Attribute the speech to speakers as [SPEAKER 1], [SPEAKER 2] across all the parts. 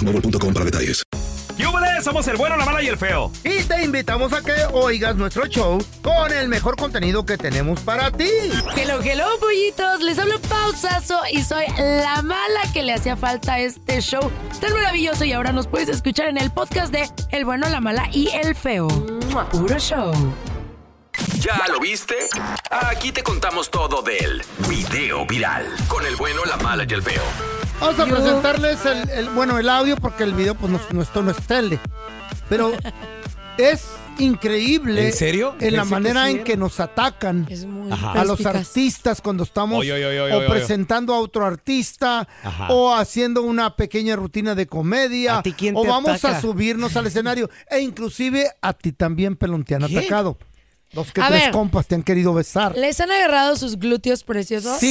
[SPEAKER 1] mobile.com para detalles.
[SPEAKER 2] ¡Yúbales! Somos el bueno, la mala y el feo.
[SPEAKER 3] Y te invitamos a que oigas nuestro show con el mejor contenido que tenemos para ti.
[SPEAKER 4] Hello, hello, pollitos. Les hablo pausazo y soy la mala que le hacía falta a este show tan maravilloso. Y ahora nos puedes escuchar en el podcast de El bueno, la mala y el feo. Puro show.
[SPEAKER 5] ¿Ya lo viste? Aquí te contamos todo del video viral. Con el bueno, la mala y el feo.
[SPEAKER 3] Vamos a presentarles el, el- bueno, el audio porque el video pues no, no, esto no es tele. Pero es increíble.
[SPEAKER 6] ¿En serio?
[SPEAKER 3] En la
[SPEAKER 6] Pensé que
[SPEAKER 3] manera
[SPEAKER 6] sí
[SPEAKER 3] en
[SPEAKER 6] era.
[SPEAKER 3] que nos atacan
[SPEAKER 6] Ajá.
[SPEAKER 3] a los
[SPEAKER 6] perspicaz.
[SPEAKER 3] artistas cuando estamos
[SPEAKER 6] Oye, oye, oye,
[SPEAKER 3] o
[SPEAKER 6] oye, oye.
[SPEAKER 3] presentando a otro artista
[SPEAKER 6] Ajá.
[SPEAKER 3] o haciendo una pequeña rutina de comedia
[SPEAKER 6] quién
[SPEAKER 3] o
[SPEAKER 6] te
[SPEAKER 3] vamos a
[SPEAKER 6] ataca?
[SPEAKER 3] subirnos al escenario e inclusive a ti también pelón te han
[SPEAKER 4] ¿Qué?
[SPEAKER 3] atacado. Dos que
[SPEAKER 4] A
[SPEAKER 3] tres
[SPEAKER 4] ver.
[SPEAKER 3] compas te han querido besar.
[SPEAKER 4] ¿Les han agarrado sus glúteos preciosos?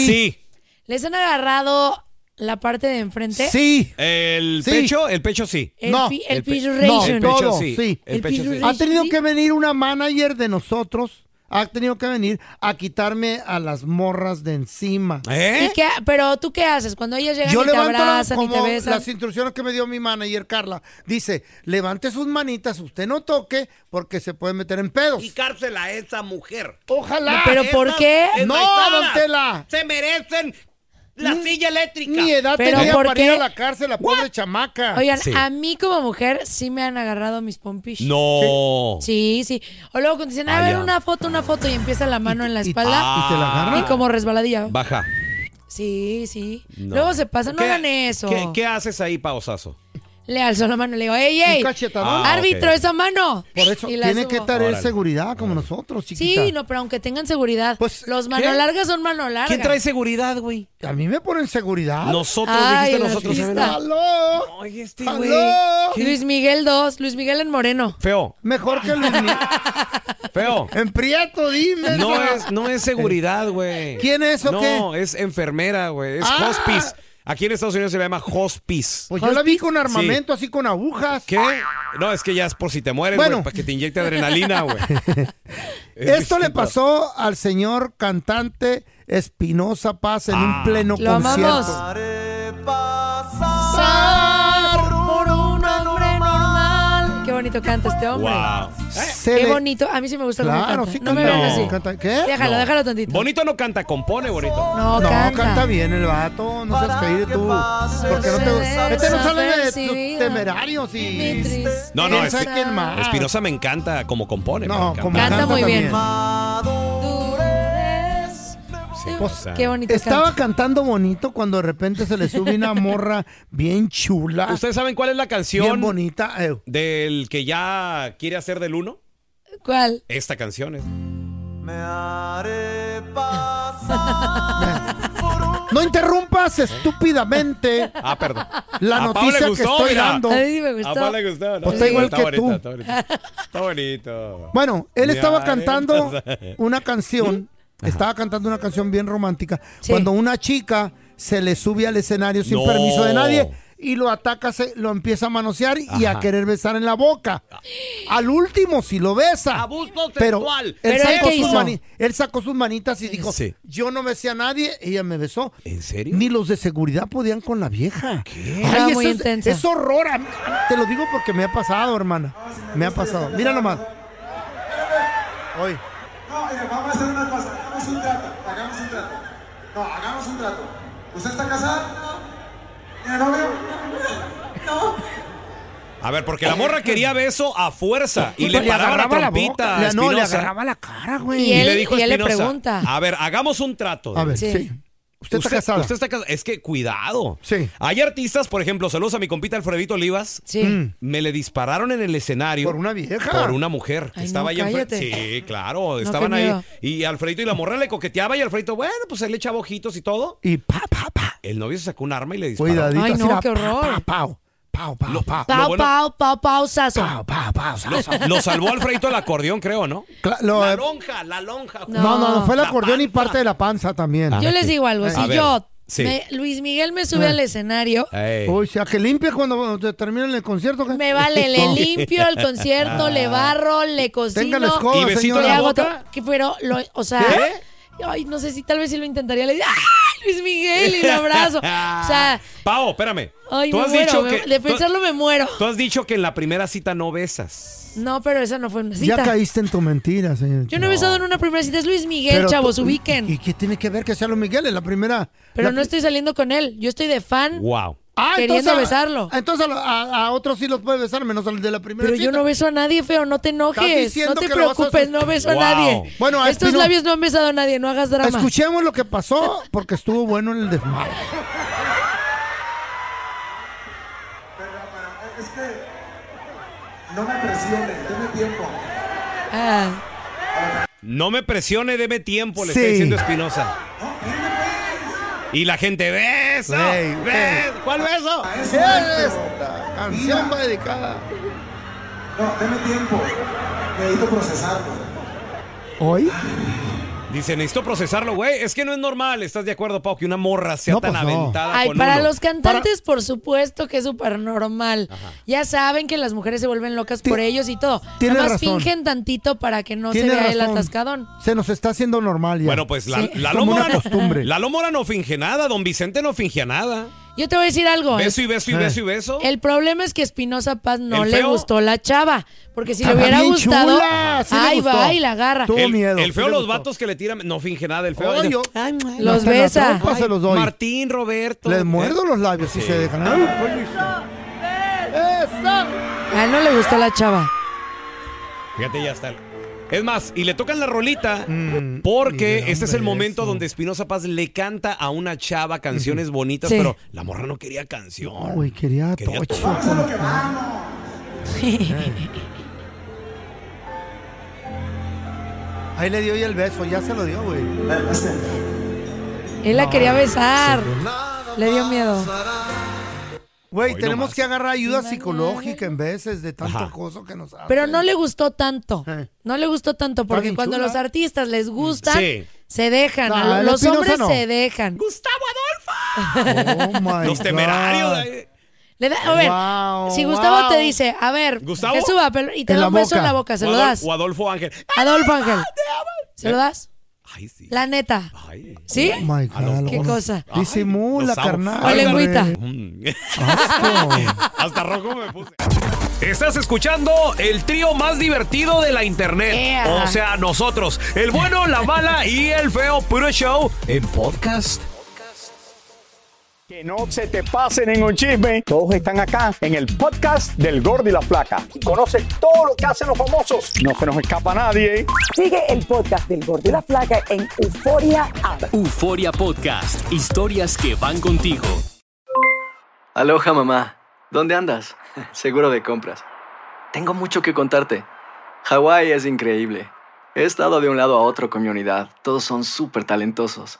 [SPEAKER 4] ¿Les han agarrado la parte de enfrente?
[SPEAKER 3] Sí.
[SPEAKER 6] ¿El
[SPEAKER 3] Sí.
[SPEAKER 6] pecho? Oh, El pecho sí.
[SPEAKER 4] El
[SPEAKER 3] no,
[SPEAKER 4] pi- el
[SPEAKER 3] pe-
[SPEAKER 4] piruration.
[SPEAKER 3] no,
[SPEAKER 6] El pecho
[SPEAKER 3] todo,
[SPEAKER 6] sí.
[SPEAKER 3] sí.
[SPEAKER 6] El El pecho sí.
[SPEAKER 3] Ha
[SPEAKER 6] piruration,
[SPEAKER 3] tenido que venir una manager de nosotros, ha tenido que venir a quitarme a las morras de encima.
[SPEAKER 4] ¿Y qué- pero tú qué haces cuando ellas llegan
[SPEAKER 3] Yo
[SPEAKER 4] y Eh. te
[SPEAKER 3] levanto la-
[SPEAKER 4] abrazan y te
[SPEAKER 3] como
[SPEAKER 4] besan.
[SPEAKER 3] las instrucciones que me dio mi manager Carla. Dice, levante sus manitas, usted no toque porque se puede meter en pedos.
[SPEAKER 7] y cárcel a esa mujer.
[SPEAKER 3] Ojalá. ¿Pero por
[SPEAKER 7] Esas
[SPEAKER 3] qué? No,
[SPEAKER 7] enmaizadas
[SPEAKER 3] don Tela. Mm,
[SPEAKER 7] Se merecen la silla eléctrica.
[SPEAKER 3] Mi edad
[SPEAKER 4] Pero
[SPEAKER 3] tenía
[SPEAKER 4] ¿por
[SPEAKER 3] para ir
[SPEAKER 4] qué?
[SPEAKER 3] a la cárcel, la pobre chamaca.
[SPEAKER 6] Ah,
[SPEAKER 4] Oigan,
[SPEAKER 3] Sí.
[SPEAKER 4] a mí como mujer sí me han agarrado mis pompis.
[SPEAKER 6] No.
[SPEAKER 4] Sí, sí. O luego cuando dicen, a
[SPEAKER 6] Ah,
[SPEAKER 4] ver,
[SPEAKER 6] ya.
[SPEAKER 4] una foto, una foto, y empieza la mano en la espalda.
[SPEAKER 6] y te la agarra?
[SPEAKER 4] Y como resbaladilla.
[SPEAKER 6] Baja.
[SPEAKER 4] Sí, sí.
[SPEAKER 6] No.
[SPEAKER 4] Luego se pasa, no
[SPEAKER 6] ¿Qué-
[SPEAKER 4] hagan eso.
[SPEAKER 6] ¿Qué, qué haces ahí, pausazo?
[SPEAKER 4] Le alzo la mano y le digo, ey, ey.
[SPEAKER 3] Un cachetadón.
[SPEAKER 6] Ah,
[SPEAKER 4] árbitro,
[SPEAKER 6] ok.
[SPEAKER 4] esa mano.
[SPEAKER 3] Por eso
[SPEAKER 4] Y la
[SPEAKER 3] tiene que
[SPEAKER 4] subo.
[SPEAKER 3] estar en
[SPEAKER 6] Órale.
[SPEAKER 3] seguridad como nosotros, chiquita. Pues,
[SPEAKER 4] Sí, no, pero aunque tengan seguridad. los mano largas son mano largas.
[SPEAKER 6] ¿Quién trae seguridad, güey?
[SPEAKER 3] A mí me ponen seguridad.
[SPEAKER 6] Nosotros,
[SPEAKER 4] Ay,
[SPEAKER 6] dijiste
[SPEAKER 4] el
[SPEAKER 6] nosotros.
[SPEAKER 4] artista.
[SPEAKER 3] ¡Aló!
[SPEAKER 6] Oye, este
[SPEAKER 3] ¡Aló!
[SPEAKER 6] güey.
[SPEAKER 4] Luis Miguel 2, Luis Miguel en Moreno.
[SPEAKER 6] Feo,
[SPEAKER 3] Mejor que Luis Miguel.
[SPEAKER 6] feo.
[SPEAKER 3] En Prieto, dime.
[SPEAKER 6] No es, no es seguridad, güey.
[SPEAKER 3] ¿Quién es o
[SPEAKER 6] no,
[SPEAKER 3] qué?
[SPEAKER 6] es enfermera, güey. Es
[SPEAKER 3] Ah.
[SPEAKER 6] hospice. Aquí en Estados Unidos se le llama hospice.
[SPEAKER 3] Pues yo la vi con armamento, así con agujas.
[SPEAKER 6] ¿Qué? No, es que ya es por si te mueres,
[SPEAKER 3] Bueno.
[SPEAKER 6] güey, para que te inyecte adrenalina, güey. Es
[SPEAKER 3] Esto le
[SPEAKER 6] distinto.
[SPEAKER 3] pasó al señor cantante Espinosa Paz en
[SPEAKER 6] Ah.
[SPEAKER 3] un pleno
[SPEAKER 4] Lo
[SPEAKER 3] concierto.
[SPEAKER 4] amamos. por un hombre normal. Qué bonito canta este hombre.
[SPEAKER 3] Se
[SPEAKER 4] Qué
[SPEAKER 3] le-
[SPEAKER 4] bonito. A mí sí me gusta cómo
[SPEAKER 3] Claro,
[SPEAKER 4] canta.
[SPEAKER 3] sí
[SPEAKER 4] No me
[SPEAKER 3] canta.
[SPEAKER 4] vean así.
[SPEAKER 3] No. Canta- ¿Qué?
[SPEAKER 4] Déjalo,
[SPEAKER 6] No.
[SPEAKER 4] déjalo tantito.
[SPEAKER 6] Bonito no canta, compone bonito.
[SPEAKER 4] No,
[SPEAKER 3] No,
[SPEAKER 4] canta.
[SPEAKER 3] canta. bien el vato, no seas creído tú. Porque no te Este no sale de tus
[SPEAKER 4] Desapercibido.
[SPEAKER 3] temerarios y.
[SPEAKER 6] No, no,
[SPEAKER 3] ¿Quién
[SPEAKER 6] es
[SPEAKER 3] sabe
[SPEAKER 6] que-
[SPEAKER 3] quién más?
[SPEAKER 6] Espinosa me encanta como compone. me
[SPEAKER 3] No,
[SPEAKER 6] encanta.
[SPEAKER 3] como
[SPEAKER 4] Canta muy bien.
[SPEAKER 3] también.
[SPEAKER 6] Sí,
[SPEAKER 4] Pues,
[SPEAKER 6] o sea,
[SPEAKER 4] Qué bonito
[SPEAKER 3] Estaba
[SPEAKER 4] canta.
[SPEAKER 3] cantando bonito cuando de repente se le sube una morra bien chula,
[SPEAKER 6] ¿Ustedes saben cuál es la
[SPEAKER 3] bien
[SPEAKER 6] canción
[SPEAKER 3] bonita. eh.
[SPEAKER 6] del que ya quiere hacer del uno?
[SPEAKER 4] ¿Cuál?
[SPEAKER 6] Esta canción es.
[SPEAKER 3] No interrumpas estúpidamente
[SPEAKER 6] Ah, perdón.
[SPEAKER 3] la
[SPEAKER 6] A Pau le
[SPEAKER 3] noticia que
[SPEAKER 6] gustó,
[SPEAKER 3] estoy
[SPEAKER 6] mira.
[SPEAKER 3] dando.
[SPEAKER 4] A mí sí me
[SPEAKER 6] A
[SPEAKER 4] gustó.
[SPEAKER 6] Pau le gustó. ¿no?
[SPEAKER 3] Pues está igual que
[SPEAKER 6] bonito,
[SPEAKER 3] tú.
[SPEAKER 6] Está bonito. Está bonito.
[SPEAKER 3] Bueno, él
[SPEAKER 6] Me
[SPEAKER 3] estaba
[SPEAKER 6] haré
[SPEAKER 3] cantando
[SPEAKER 6] pasar.
[SPEAKER 3] una canción, estaba cantando una canción bien romántica,
[SPEAKER 4] Sí.
[SPEAKER 3] cuando una chica se le sube al escenario sin
[SPEAKER 6] No.
[SPEAKER 3] permiso de nadie y lo ataca, se- lo empieza a manosear y a querer besar en la boca. Al último sí lo besa.
[SPEAKER 7] Abuso
[SPEAKER 3] pero
[SPEAKER 7] sexual.
[SPEAKER 3] Él,
[SPEAKER 7] ¿Pero él
[SPEAKER 3] sacó
[SPEAKER 7] qué
[SPEAKER 3] sus
[SPEAKER 7] hizo?
[SPEAKER 3] mani- él sacó sus manitas y dijo,
[SPEAKER 6] Sí.
[SPEAKER 3] yo no besé a nadie, ella me besó.
[SPEAKER 6] ¿En serio?
[SPEAKER 3] Ni los de seguridad podían con la vieja.
[SPEAKER 8] Estaba
[SPEAKER 3] eso
[SPEAKER 8] muy
[SPEAKER 3] es,
[SPEAKER 8] intensa.
[SPEAKER 3] es horror. a mí- Te lo digo porque me ha pasado, hermana. Me ha pasado. Mira nomás. Oye.
[SPEAKER 9] No, mire, vamos a hacer una cosa, hagamos un trato, hagamos un trato. No, hagamos un trato. ¿Usted está casada? ¿Tiene novio? No.
[SPEAKER 6] A ver, porque la morra quería beso a fuerza y
[SPEAKER 3] Pues
[SPEAKER 6] le
[SPEAKER 3] le
[SPEAKER 6] paraba la
[SPEAKER 3] agarraba la
[SPEAKER 6] trompita.
[SPEAKER 3] boca. Le- no, le
[SPEAKER 6] Espinosa.
[SPEAKER 3] agarraba la cara, güey.
[SPEAKER 6] Y,
[SPEAKER 3] Y él-
[SPEAKER 6] le dijo a
[SPEAKER 3] y él le
[SPEAKER 6] Espinosa, Ah,
[SPEAKER 3] pregunta.
[SPEAKER 6] A ver, hagamos un trato.
[SPEAKER 3] A ver,
[SPEAKER 6] Dice.
[SPEAKER 3] sí. Usted está casada.
[SPEAKER 6] Usted está casada. Es que cuidado.
[SPEAKER 3] Sí.
[SPEAKER 6] Hay artistas, por ejemplo, saludos a mi compita Alfredito Olivas.
[SPEAKER 3] Sí. Mm.
[SPEAKER 6] Me le dispararon en el escenario. Por una
[SPEAKER 3] vieja.
[SPEAKER 6] Por una mujer. que
[SPEAKER 3] Ay,
[SPEAKER 6] estaba
[SPEAKER 3] no,
[SPEAKER 6] ahí enfrente.
[SPEAKER 3] cállate.
[SPEAKER 6] Sí, claro.
[SPEAKER 3] qué
[SPEAKER 6] estaban ahí.
[SPEAKER 3] miedo.
[SPEAKER 6] Y Alfredito y la morra le coqueteaba y Alfredito, bueno, pues él le echaba ojitos y todo.
[SPEAKER 3] Y pa, pa, pa.
[SPEAKER 6] El novio se sacó un arma y le disparó.
[SPEAKER 3] Cuidadito. así era, pa,
[SPEAKER 6] horror.
[SPEAKER 3] pa, pau, pau, pau, pau.
[SPEAKER 4] Pau,
[SPEAKER 6] bueno-
[SPEAKER 4] pau, pau, pausazo.
[SPEAKER 3] Pau, pau, pausazo.
[SPEAKER 6] Lo, lo salvó Alfredito el acordeón, creo, ¿no? eh.
[SPEAKER 3] Cla- lo-
[SPEAKER 6] la lonja, la lonja.
[SPEAKER 3] No, no, no, fue el acordeón y parte de la panza también.
[SPEAKER 6] Ah,
[SPEAKER 4] Yo les digo algo,
[SPEAKER 3] Eh.
[SPEAKER 4] si yo,
[SPEAKER 3] Sí.
[SPEAKER 4] me- Luis Miguel me sube
[SPEAKER 3] Ah.
[SPEAKER 4] al escenario,
[SPEAKER 3] Uy, sea que limpia cuando te terminen el concierto. ¿qué?
[SPEAKER 4] me vale, le limpio el concierto, le barro, le cocino,
[SPEAKER 3] Ah. Tenga la escoba, ¿Y besito señora. en
[SPEAKER 4] le
[SPEAKER 3] la
[SPEAKER 4] hago
[SPEAKER 3] boca?
[SPEAKER 4] todo. Que- Pero, lo, o sea, ay, no sé si tal vez si lo intentaría, le digo, ¡ay, Luis Miguel! Y le abrazo. O sea,
[SPEAKER 6] Pao, espérame.
[SPEAKER 4] ay,
[SPEAKER 6] tú
[SPEAKER 4] me
[SPEAKER 6] has
[SPEAKER 4] muero,
[SPEAKER 6] dicho
[SPEAKER 4] me-
[SPEAKER 6] que
[SPEAKER 4] de
[SPEAKER 6] tú-
[SPEAKER 4] pensarlo me muero.
[SPEAKER 6] Tú has dicho que en la primera cita no besas.
[SPEAKER 4] No, pero esa no fue una cita.
[SPEAKER 3] Ya caíste en tu mentira, señor.
[SPEAKER 4] Yo no he besado en una primera cita, es Luis Miguel,
[SPEAKER 3] Pero
[SPEAKER 4] chavos,
[SPEAKER 3] tú-
[SPEAKER 4] ubiquen.
[SPEAKER 3] ¿Y qué tiene que ver que sea Luis Miguel en la primera?
[SPEAKER 4] Pero
[SPEAKER 3] la- Ah,
[SPEAKER 4] no estoy saliendo con él, yo estoy de fan.
[SPEAKER 6] Wow.
[SPEAKER 4] queriendo
[SPEAKER 3] entonces a-
[SPEAKER 4] besarlo.
[SPEAKER 3] Entonces a, a- a otros sí los puede besar, menos al de la primera
[SPEAKER 4] Pero
[SPEAKER 3] cita.
[SPEAKER 4] yo no beso a nadie, feo, no te enojes. No
[SPEAKER 3] diciendo
[SPEAKER 4] te
[SPEAKER 3] que lo vas a
[SPEAKER 4] preocupes,
[SPEAKER 3] hacer.
[SPEAKER 4] no beso a
[SPEAKER 3] Wow.
[SPEAKER 4] nadie.
[SPEAKER 3] Bueno, a
[SPEAKER 4] Estos
[SPEAKER 3] Espino-
[SPEAKER 4] labios no han besado a nadie, no hagas drama.
[SPEAKER 3] Escuchemos lo que pasó porque estuvo bueno en el desmadre.
[SPEAKER 9] Es que no me presione, deme tiempo.
[SPEAKER 4] Ah.
[SPEAKER 6] No me presione, deme tiempo, le
[SPEAKER 3] Sí.
[SPEAKER 6] está diciendo Espinosa. Y la gente, beso,
[SPEAKER 3] Güey,
[SPEAKER 6] beso.
[SPEAKER 3] güey.
[SPEAKER 6] ¿Cuál beso?
[SPEAKER 3] ¿Qué es esta canción va dedicada?
[SPEAKER 9] No, deme tiempo. Necesito procesarlo.
[SPEAKER 3] ¿Hoy?
[SPEAKER 6] Dice, necesito procesarlo, güey. Es que no es normal, ¿estás de acuerdo, Pau? Que una morra sea tan
[SPEAKER 3] pues, no.
[SPEAKER 6] aventada
[SPEAKER 4] Ay,
[SPEAKER 6] con
[SPEAKER 4] para
[SPEAKER 6] uno?
[SPEAKER 4] los cantantes, por supuesto que es súper normal. Ya saben que las mujeres se vuelven locas por ellos y todo.
[SPEAKER 3] tiene
[SPEAKER 4] Nada más
[SPEAKER 3] razón.
[SPEAKER 4] fingen tantito para que no se
[SPEAKER 3] Tiene
[SPEAKER 4] vea el
[SPEAKER 3] razón.
[SPEAKER 4] atascadón.
[SPEAKER 3] Se nos está haciendo normal ya.
[SPEAKER 6] Bueno, pues la,
[SPEAKER 3] Sí.
[SPEAKER 6] la
[SPEAKER 3] Como
[SPEAKER 6] Lomora
[SPEAKER 3] una
[SPEAKER 6] no-
[SPEAKER 3] costumbre.
[SPEAKER 6] la Lomora no finge nada, don Vicente no finge nada.
[SPEAKER 4] Yo te voy a decir algo.
[SPEAKER 6] Beso y beso y
[SPEAKER 4] Eh.
[SPEAKER 6] beso y beso.
[SPEAKER 4] El problema es que Espinosa Paz no
[SPEAKER 6] ¿El
[SPEAKER 4] le
[SPEAKER 6] feo?
[SPEAKER 4] gustó la chava. Porque si le
[SPEAKER 3] Estaba
[SPEAKER 4] hubiera
[SPEAKER 3] bien
[SPEAKER 4] gustado.
[SPEAKER 3] chula, sí le
[SPEAKER 4] ahí
[SPEAKER 3] gustó.
[SPEAKER 4] va y la agarra.
[SPEAKER 6] el, el feo, los vatos que le tiran, no finge nada el feo.
[SPEAKER 3] Oh,
[SPEAKER 6] Dice,
[SPEAKER 3] yo-
[SPEAKER 6] "Ay, ma-
[SPEAKER 4] Los
[SPEAKER 3] Hasta la
[SPEAKER 4] besa.
[SPEAKER 3] trompa se los doy.
[SPEAKER 6] Martín, Roberto.
[SPEAKER 3] Les muerdo los labios si se dejan.
[SPEAKER 6] Ah,
[SPEAKER 3] Ay,
[SPEAKER 4] A él no le gustó la chava.
[SPEAKER 6] Fíjate, ya está. Es más, y le tocan la rolita porque este es el momento donde Espinosa Paz le canta a una chava canciones bonitas,
[SPEAKER 3] Sí.
[SPEAKER 6] pero la morra no quería canción.
[SPEAKER 3] Uy, quería tocho. Ahí le dio ya el beso, ya se lo dio, güey.
[SPEAKER 4] Él la
[SPEAKER 3] No,
[SPEAKER 4] quería besar. Le dio miedo.
[SPEAKER 3] Güey,
[SPEAKER 4] Hoy
[SPEAKER 3] tenemos
[SPEAKER 4] nomás.
[SPEAKER 3] que agarrar ayuda
[SPEAKER 4] Sí,
[SPEAKER 3] psicológica en veces de tanto
[SPEAKER 4] Ajá.
[SPEAKER 3] acoso que nos hace.
[SPEAKER 4] Pero no le gustó tanto. No le gustó tanto
[SPEAKER 3] Eh. Está
[SPEAKER 4] porque
[SPEAKER 3] bien
[SPEAKER 4] cuando
[SPEAKER 3] chula.
[SPEAKER 4] los artistas les gustan,
[SPEAKER 3] Sí.
[SPEAKER 4] se dejan.
[SPEAKER 3] No,
[SPEAKER 4] A lo-
[SPEAKER 3] el
[SPEAKER 4] los
[SPEAKER 3] Espinosa
[SPEAKER 4] hombres
[SPEAKER 3] no.
[SPEAKER 4] se dejan.
[SPEAKER 6] ¡Gustavo
[SPEAKER 4] Adolfo!
[SPEAKER 3] Oh,
[SPEAKER 6] Los temerarios. eh.
[SPEAKER 4] Le da- a ver,
[SPEAKER 6] Wow,
[SPEAKER 4] si Gustavo
[SPEAKER 6] wow.
[SPEAKER 4] te dice, a ver,
[SPEAKER 6] ¿Gustavo?
[SPEAKER 4] que suba pero- y te da un beso en la boca, se
[SPEAKER 6] O
[SPEAKER 4] lo
[SPEAKER 6] Adol-
[SPEAKER 4] das.
[SPEAKER 6] O Adolfo Ángel.
[SPEAKER 4] Adolfo
[SPEAKER 3] Ah,
[SPEAKER 4] Ángel. ¿Se lo das?
[SPEAKER 6] Ay, sí.
[SPEAKER 4] La neta. ¿Sí?
[SPEAKER 3] ¿Eh? Oh my God,
[SPEAKER 4] ¿Qué
[SPEAKER 3] los-
[SPEAKER 4] cosa?
[SPEAKER 3] Disimula,
[SPEAKER 6] Los amo.
[SPEAKER 3] carnal.
[SPEAKER 4] O lengüita.
[SPEAKER 6] Mm. Hasta rojo me puse. Estás escuchando el trío más divertido de la internet.
[SPEAKER 5] Ea.
[SPEAKER 6] O sea, nosotros. El bueno, la mala y el feo puro show en podcast.
[SPEAKER 10] Que no se te pasen en un chisme. Todos están acá en el podcast del Gordi y la Flaca. Conoce todo lo que hacen los famosos. No se nos escapa nadie. Sigue el podcast del Gordi y la Flaca en Euforia
[SPEAKER 11] Euforia Podcast, historias que van contigo.
[SPEAKER 12] Aloha mamá, ¿dónde andas? Seguro de compras. Tengo mucho que contarte. Hawái es increíble. He estado de un lado a otro con mi unidad. Todos son súper talentosos.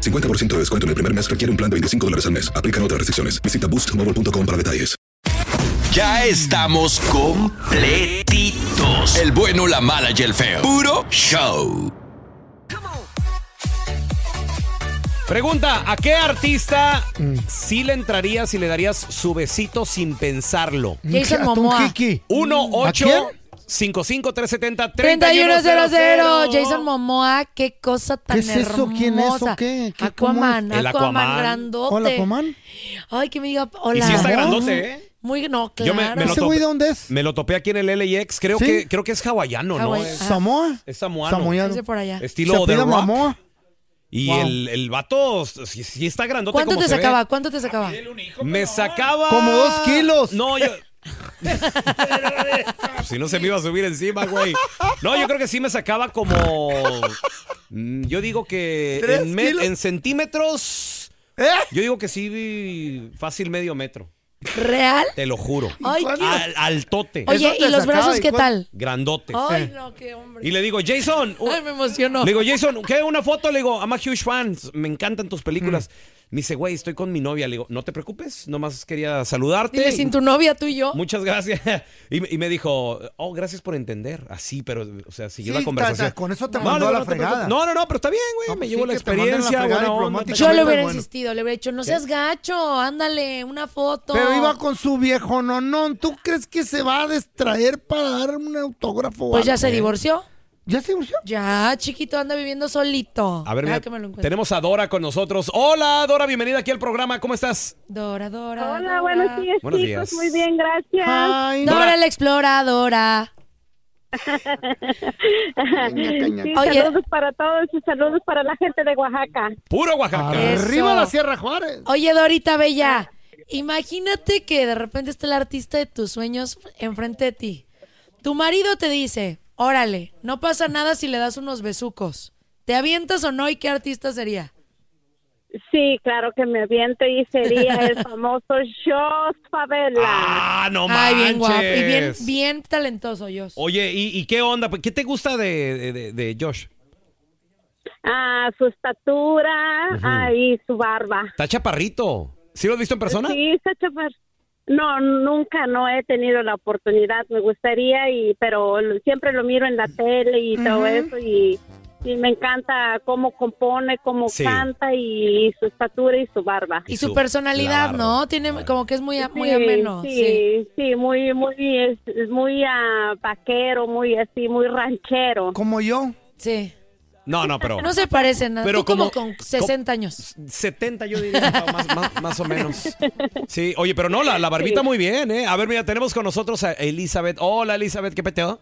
[SPEAKER 1] 50% de descuento en el primer mes requiere un plan de 25 dólares al mes. Aplican otras restricciones. Visita boostmobile.com para detalles.
[SPEAKER 5] Ya estamos completitos. El bueno, la mala y el feo. Puro show.
[SPEAKER 6] Pregunta, ¿a qué artista sí le entrarías y le darías su besito sin pensarlo?
[SPEAKER 4] Jason Momoa.
[SPEAKER 6] 1
[SPEAKER 4] ¿A
[SPEAKER 6] 8
[SPEAKER 4] quién?
[SPEAKER 6] 55 370
[SPEAKER 4] 3100 Jason Momoa, qué cosa tan
[SPEAKER 3] ¿Qué es eso?
[SPEAKER 4] hermosa.
[SPEAKER 3] ¿Quién es o qué? ¿Qué- cómo
[SPEAKER 4] Aquaman, Aquaman,
[SPEAKER 3] es? El Aquaman.
[SPEAKER 4] grandote.
[SPEAKER 3] Hola, Aquaman.
[SPEAKER 4] Ay, que me diga hola.
[SPEAKER 6] sí está grandote, ¿eh?
[SPEAKER 4] Muy, no, claro.
[SPEAKER 6] Yo me, me lo
[SPEAKER 3] ¿Ese güey
[SPEAKER 6] topé-
[SPEAKER 3] de dónde es?
[SPEAKER 6] Me lo topé aquí en el LAX. Creo,
[SPEAKER 3] ¿Sí?
[SPEAKER 6] que, creo que es hawaiano, ¿no?
[SPEAKER 4] Hawai-
[SPEAKER 6] Es-
[SPEAKER 3] ¿Samoa?
[SPEAKER 6] Es samoano.
[SPEAKER 3] Samoano.
[SPEAKER 4] Es de por allá.
[SPEAKER 6] Estilo
[SPEAKER 3] ¿Se
[SPEAKER 6] The
[SPEAKER 3] apellida
[SPEAKER 6] Rock.
[SPEAKER 3] Momoa?
[SPEAKER 6] Y
[SPEAKER 3] Wow.
[SPEAKER 6] el, el vato sí, sí está grandote
[SPEAKER 4] ¿Cuánto
[SPEAKER 6] como
[SPEAKER 4] te
[SPEAKER 6] se ve.
[SPEAKER 4] sacaba? ¿Cuánto te sacaba?
[SPEAKER 6] Me sacaba...
[SPEAKER 3] Como dos kilos.
[SPEAKER 6] No, yo... Pues si no se me iba a subir encima, güey. No, yo creo que sí me sacaba como... Mm, Yo digo que
[SPEAKER 3] ¿Tres
[SPEAKER 6] en, me-
[SPEAKER 3] kilos?
[SPEAKER 6] en centímetros...
[SPEAKER 3] ¿Eh?
[SPEAKER 6] Yo digo que sí vi fácil medio metro.
[SPEAKER 4] ¿Real?
[SPEAKER 6] Te lo juro.
[SPEAKER 4] Ay, qué-
[SPEAKER 6] Al, altote.
[SPEAKER 4] Oye, ¿y los brazos qué tal?
[SPEAKER 6] Grandote.
[SPEAKER 3] Eh.
[SPEAKER 4] Ay, no, qué hombre.
[SPEAKER 6] Y le digo, Jason. u-
[SPEAKER 4] Ay, me emocionó.
[SPEAKER 6] Le digo, Jason, ¿qué? Una foto. Le digo, I'm a huge fan. Me encantan tus películas.
[SPEAKER 4] Mm.
[SPEAKER 6] Me dice, güey, estoy con mi novia. Le digo, no te preocupes. Nomás quería saludarte.
[SPEAKER 4] Dile, sin tu novia, tú y yo.
[SPEAKER 6] Muchas gracias. Y, me- y me dijo, oh, gracias por entender. Así, pero, o sea, siguió
[SPEAKER 3] Sí,
[SPEAKER 6] la conversación.
[SPEAKER 3] ta- ta- con eso te
[SPEAKER 6] No,
[SPEAKER 3] mandó
[SPEAKER 6] no,
[SPEAKER 3] a la
[SPEAKER 6] no te
[SPEAKER 3] fregada. pues
[SPEAKER 6] preocupes. No, no, no, pero está bien, güey. me
[SPEAKER 3] sí,
[SPEAKER 6] llevo la
[SPEAKER 3] que te manden a la
[SPEAKER 6] experiencia.
[SPEAKER 3] fregada
[SPEAKER 6] buena onda.
[SPEAKER 4] Pues Yo le hubiera
[SPEAKER 3] bueno.
[SPEAKER 4] insistido, le hubiera dicho, no seas gacho, ándale, una foto.
[SPEAKER 3] Pero iba con su viejo no, no. ¿Tú crees que se va a distraer para dar un autógrafo? o
[SPEAKER 4] Pues ya
[SPEAKER 3] algo?
[SPEAKER 6] ¿eh?
[SPEAKER 4] se divorció.
[SPEAKER 3] ¿Ya se divorció?
[SPEAKER 4] Ya, chiquito, anda viviendo solito.
[SPEAKER 6] A ver,
[SPEAKER 4] Deja
[SPEAKER 6] mira,
[SPEAKER 4] que me lo encuentre.
[SPEAKER 6] tenemos a Dora con nosotros. Hola, Dora, bienvenida aquí al programa. ¿Cómo estás?
[SPEAKER 4] Dora, Dora.
[SPEAKER 8] Hola, buenos días,
[SPEAKER 6] Buenos
[SPEAKER 8] chicos.
[SPEAKER 6] días.
[SPEAKER 8] Pues Muy bien, gracias.
[SPEAKER 4] Dora, la exploradora.
[SPEAKER 8] Sí,
[SPEAKER 4] Oye.
[SPEAKER 8] saludos para todos y saludos para la gente de Oaxaca.
[SPEAKER 6] Puro Oaxaca.
[SPEAKER 3] Arriba la
[SPEAKER 4] Eso.
[SPEAKER 3] Sierra Juárez.
[SPEAKER 4] Oye, Dorita
[SPEAKER 8] Ah.
[SPEAKER 4] Bella, imagínate que de repente está el artista de tus sueños enfrente de ti. Tu marido te dice, órale, no pasa nada si le das unos besucos. ¿Te avientas o no y qué artista sería?
[SPEAKER 8] Sí, claro que me aviento y sería el famoso Jos Favela.
[SPEAKER 6] Ah, no
[SPEAKER 4] Ay, bien guapo y bien,
[SPEAKER 6] manches.
[SPEAKER 4] bien talentoso, yo.
[SPEAKER 6] Oye, ¿y, y qué onda? ¿Qué te gusta de, de- de Josh?
[SPEAKER 8] Ah, su estatura
[SPEAKER 6] Ujú.
[SPEAKER 8] ah, y su barba.
[SPEAKER 6] Está chaparrito. ¿Sí lo has visto en persona?
[SPEAKER 8] Sí, está chapar. No, nunca no he tenido la oportunidad. Me gustaría y pero lo- siempre lo miro en la tele y todo
[SPEAKER 13] Ujú.
[SPEAKER 8] eso y, y me encanta cómo compone, cómo
[SPEAKER 4] Sí.
[SPEAKER 8] canta y su estatura y su barba.
[SPEAKER 4] Y su personalidad, ¿no? Tiene como que es muy, a- muy
[SPEAKER 8] Sí,
[SPEAKER 4] ameno.
[SPEAKER 8] Sí,
[SPEAKER 4] sí.
[SPEAKER 8] sí, muy, muy, es, es muy ah, vaquero, muy así, muy ranchero.
[SPEAKER 3] Como yo.
[SPEAKER 4] Sí.
[SPEAKER 6] No, no, pero.
[SPEAKER 4] No se parece nada.
[SPEAKER 6] Pero
[SPEAKER 4] Tú como,
[SPEAKER 6] como-
[SPEAKER 4] con 60 años.
[SPEAKER 6] 70 yo diría, más, más- más o menos. Sí, oye, pero no, la, la barbita
[SPEAKER 8] Sí.
[SPEAKER 6] muy bien, ¿eh? A ver, mira, tenemos con nosotros a Elizabeth. Hola, Elizabeth, ¿qué peteo?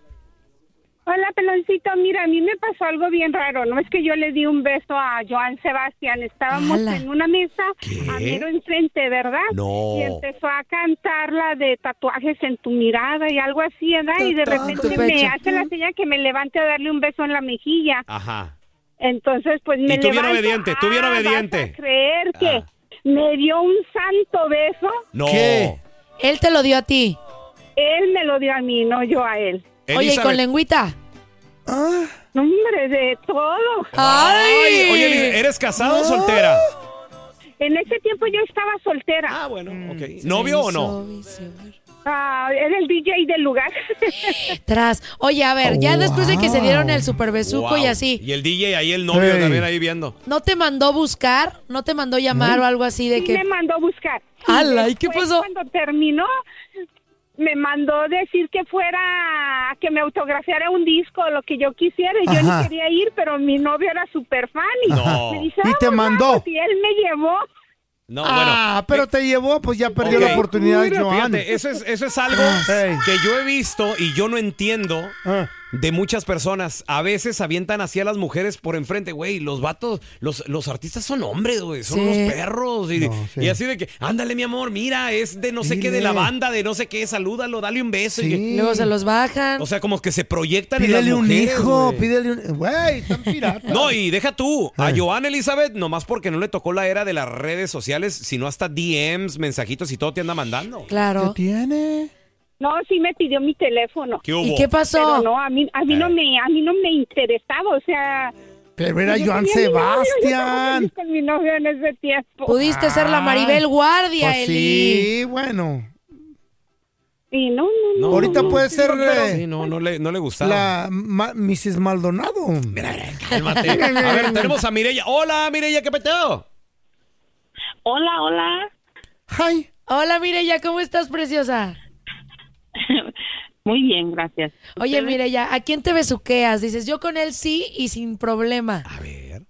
[SPEAKER 13] Hola, peloncito. Mira, a mí me pasó algo bien raro. No es que yo le di un beso a Joan Sebastián. Estábamos
[SPEAKER 6] Ala.
[SPEAKER 13] en una mesa, a mero enfrente, ¿verdad?
[SPEAKER 6] No.
[SPEAKER 13] Y empezó a cantar la de tatuajes en tu mirada y algo así, ¿verdad? Y de
[SPEAKER 8] Tatuajes en tu
[SPEAKER 13] repente me
[SPEAKER 8] pecho.
[SPEAKER 13] hace la señal que me levante a darle un beso en la mejilla.
[SPEAKER 6] Ajá.
[SPEAKER 13] Entonces, pues me
[SPEAKER 6] Y tú bien
[SPEAKER 13] levanto.
[SPEAKER 6] obediente, tú bien
[SPEAKER 13] Ah, vas a
[SPEAKER 6] obediente. Ah.
[SPEAKER 13] creer que me dio un santo beso.
[SPEAKER 6] No.
[SPEAKER 3] ¿Qué?
[SPEAKER 4] Él te lo dio a ti.
[SPEAKER 13] Él me lo dio a mí, no yo a él.
[SPEAKER 4] Oye, ¿y con lengüita?
[SPEAKER 13] Ah. No, hombre, de todo.
[SPEAKER 6] Ay, oye, eh. Eliz- ¿eres casada o soltera?
[SPEAKER 13] Pues, En ese tiempo yo estaba soltera.
[SPEAKER 4] Mm,
[SPEAKER 6] Ah, bueno, ¿Novio o no?
[SPEAKER 13] Ah, era el DJ del lugar.
[SPEAKER 4] Tras. Oye, a ver, ya después de que se dieron el super besuco y
[SPEAKER 6] Oh, Wow.
[SPEAKER 4] así,
[SPEAKER 6] Y el DJ ahí, el novio
[SPEAKER 4] Ey.
[SPEAKER 6] también ahí viendo.
[SPEAKER 4] ¿no te mandó buscar? ¿No te mandó llamar
[SPEAKER 6] No.
[SPEAKER 4] o algo así de
[SPEAKER 13] Sí
[SPEAKER 4] que.?
[SPEAKER 13] me mandó a buscar.
[SPEAKER 4] ¡Hala! ¿Y qué
[SPEAKER 13] Después,
[SPEAKER 4] pasó?
[SPEAKER 13] Cuando terminó, me mandó decir que fuera, que me autografiara un disco, lo que yo quisiera. Y Yo
[SPEAKER 3] Ajá.
[SPEAKER 13] ni quería ir, pero mi novio era súper fan y
[SPEAKER 3] No.
[SPEAKER 13] me dice,
[SPEAKER 3] Y te
[SPEAKER 13] "Vamos,
[SPEAKER 3] mandó.
[SPEAKER 13] vamos", Y él me llevó.
[SPEAKER 6] No, eh,
[SPEAKER 3] ah, pero te llevó, pues ya perdió
[SPEAKER 6] Ok.
[SPEAKER 3] la oportunidad de Joan. Ah,
[SPEAKER 6] Fíjate, eso es, eso es algo que yo he visto y yo no entiendo de muchas personas. A veces avientan así a las mujeres por enfrente, güey. Los vatos, los, los artistas son hombres, güey. Son
[SPEAKER 7] Sí.
[SPEAKER 6] unos perros. Y,
[SPEAKER 7] No, sí.
[SPEAKER 6] y así de que, ándale, mi amor, mira, es de no sé qué, de la
[SPEAKER 7] Dile.
[SPEAKER 6] banda, de no sé qué, salúdalo, dale un beso. Y que-
[SPEAKER 4] Luego se los bajan.
[SPEAKER 6] O sea, como que se proyectan en
[SPEAKER 3] Pídele
[SPEAKER 6] las
[SPEAKER 3] un
[SPEAKER 6] mujeres,
[SPEAKER 3] hijo,
[SPEAKER 6] güey.
[SPEAKER 3] pídele un. Güey, tan pirata.
[SPEAKER 6] No, y deja tú,
[SPEAKER 3] Ah.
[SPEAKER 6] a Joan Elizabeth, nomás porque no le tocó la era de las redes sociales, sino hasta DMs, mensajitos y todo te anda mandando.
[SPEAKER 4] Claro.
[SPEAKER 3] ¿Qué tiene?
[SPEAKER 13] No, sí me pidió mi teléfono.
[SPEAKER 6] ¿Qué hubo? ¿Y qué pasó?
[SPEAKER 13] Pero no, a mí, a mí no me, a mí no me interesaba, o sea.
[SPEAKER 6] Ah.
[SPEAKER 3] Pero era
[SPEAKER 13] yo
[SPEAKER 3] Joan
[SPEAKER 13] tenía mi novio, yo estaba
[SPEAKER 3] Sebastián. Pues
[SPEAKER 13] feliz con mi novio en ese tiempo.
[SPEAKER 4] Pudiste ser
[SPEAKER 6] Ah.
[SPEAKER 4] la Maribel Guardia,
[SPEAKER 3] Pues
[SPEAKER 4] Eli.
[SPEAKER 3] sí, bueno.
[SPEAKER 13] Y no, no,
[SPEAKER 6] No,
[SPEAKER 3] Ahorita
[SPEAKER 6] no,
[SPEAKER 3] puede
[SPEAKER 6] no,
[SPEAKER 3] ser
[SPEAKER 6] pero-
[SPEAKER 3] eh,
[SPEAKER 6] Sí, no, no le, no le gustaba.
[SPEAKER 3] la ma- Mrs. Maldonado.
[SPEAKER 6] Cálmate. A ver, tenemos a Mireya. Hola, Mireya, ¿qué peteo?
[SPEAKER 14] Hola, hola.
[SPEAKER 3] Hi.
[SPEAKER 4] Hola, Mireya, ¿cómo estás, preciosa?
[SPEAKER 14] Muy bien, gracias.
[SPEAKER 4] Oye,
[SPEAKER 14] ¿Ustedes?
[SPEAKER 4] Mireya, ¿a quién te besuqueas? Dices, yo con él sí y sin problema.
[SPEAKER 13] Ah,
[SPEAKER 4] A ver,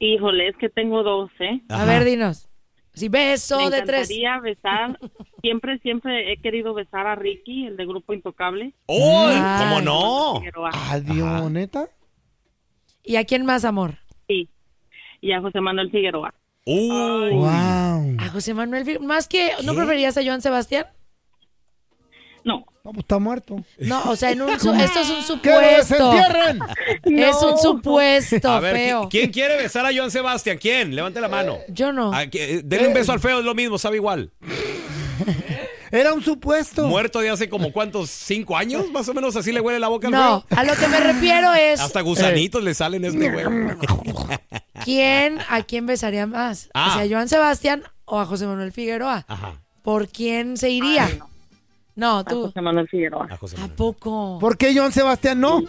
[SPEAKER 14] Híjole, es que tengo dos, ¿eh?
[SPEAKER 4] dinos. Si beso
[SPEAKER 14] Me
[SPEAKER 4] de tres.
[SPEAKER 14] encantaría besar. Siempre, siempre he querido besar a Ricky, el de Grupo Intocable.
[SPEAKER 6] ¡Oh!
[SPEAKER 4] Ay.
[SPEAKER 6] ¿Cómo no?
[SPEAKER 14] Pero ah, a-
[SPEAKER 3] Adiós, neta.
[SPEAKER 4] ¿Y a quién más, amor?
[SPEAKER 14] sí. Y a José Manuel Figueroa.
[SPEAKER 6] ¡Uh!
[SPEAKER 3] ¡Wow!
[SPEAKER 4] A José Manuel, Fir- más que, ¿no preferías a Joan Sebastián?
[SPEAKER 14] No.
[SPEAKER 3] No, pues está muerto.
[SPEAKER 4] No, o sea, en un su- esto es un
[SPEAKER 3] ¡Que lo
[SPEAKER 4] supuesto.
[SPEAKER 3] desentierren!
[SPEAKER 4] Es un supuesto,
[SPEAKER 6] A ver,
[SPEAKER 4] feo.
[SPEAKER 6] ¿qui- ¿quién quiere besar a Joan Sebastián? ¿Quién? Levante la mano.
[SPEAKER 4] Yo no.
[SPEAKER 6] Ah, que- eh, Denle un beso al feo, es lo mismo, sabe igual.
[SPEAKER 3] Era un supuesto.
[SPEAKER 6] Muerto de hace como cuántos, cinco años, más o menos así le huele la boca al
[SPEAKER 4] No, Eh.
[SPEAKER 6] feo.
[SPEAKER 4] a lo que me refiero es
[SPEAKER 6] Hasta gusanitos le salen a este güey.
[SPEAKER 4] quién a quién besaría más,
[SPEAKER 6] Ah.
[SPEAKER 4] o sea, a Joan Sebastián o a José Manuel Figueroa.
[SPEAKER 6] Ajá.
[SPEAKER 4] ¿Por quién se iría? no. tú.
[SPEAKER 14] José Manuel Figueroa.
[SPEAKER 6] A José
[SPEAKER 4] ¿A poco?
[SPEAKER 3] ¿Por qué Joan Sebastián no?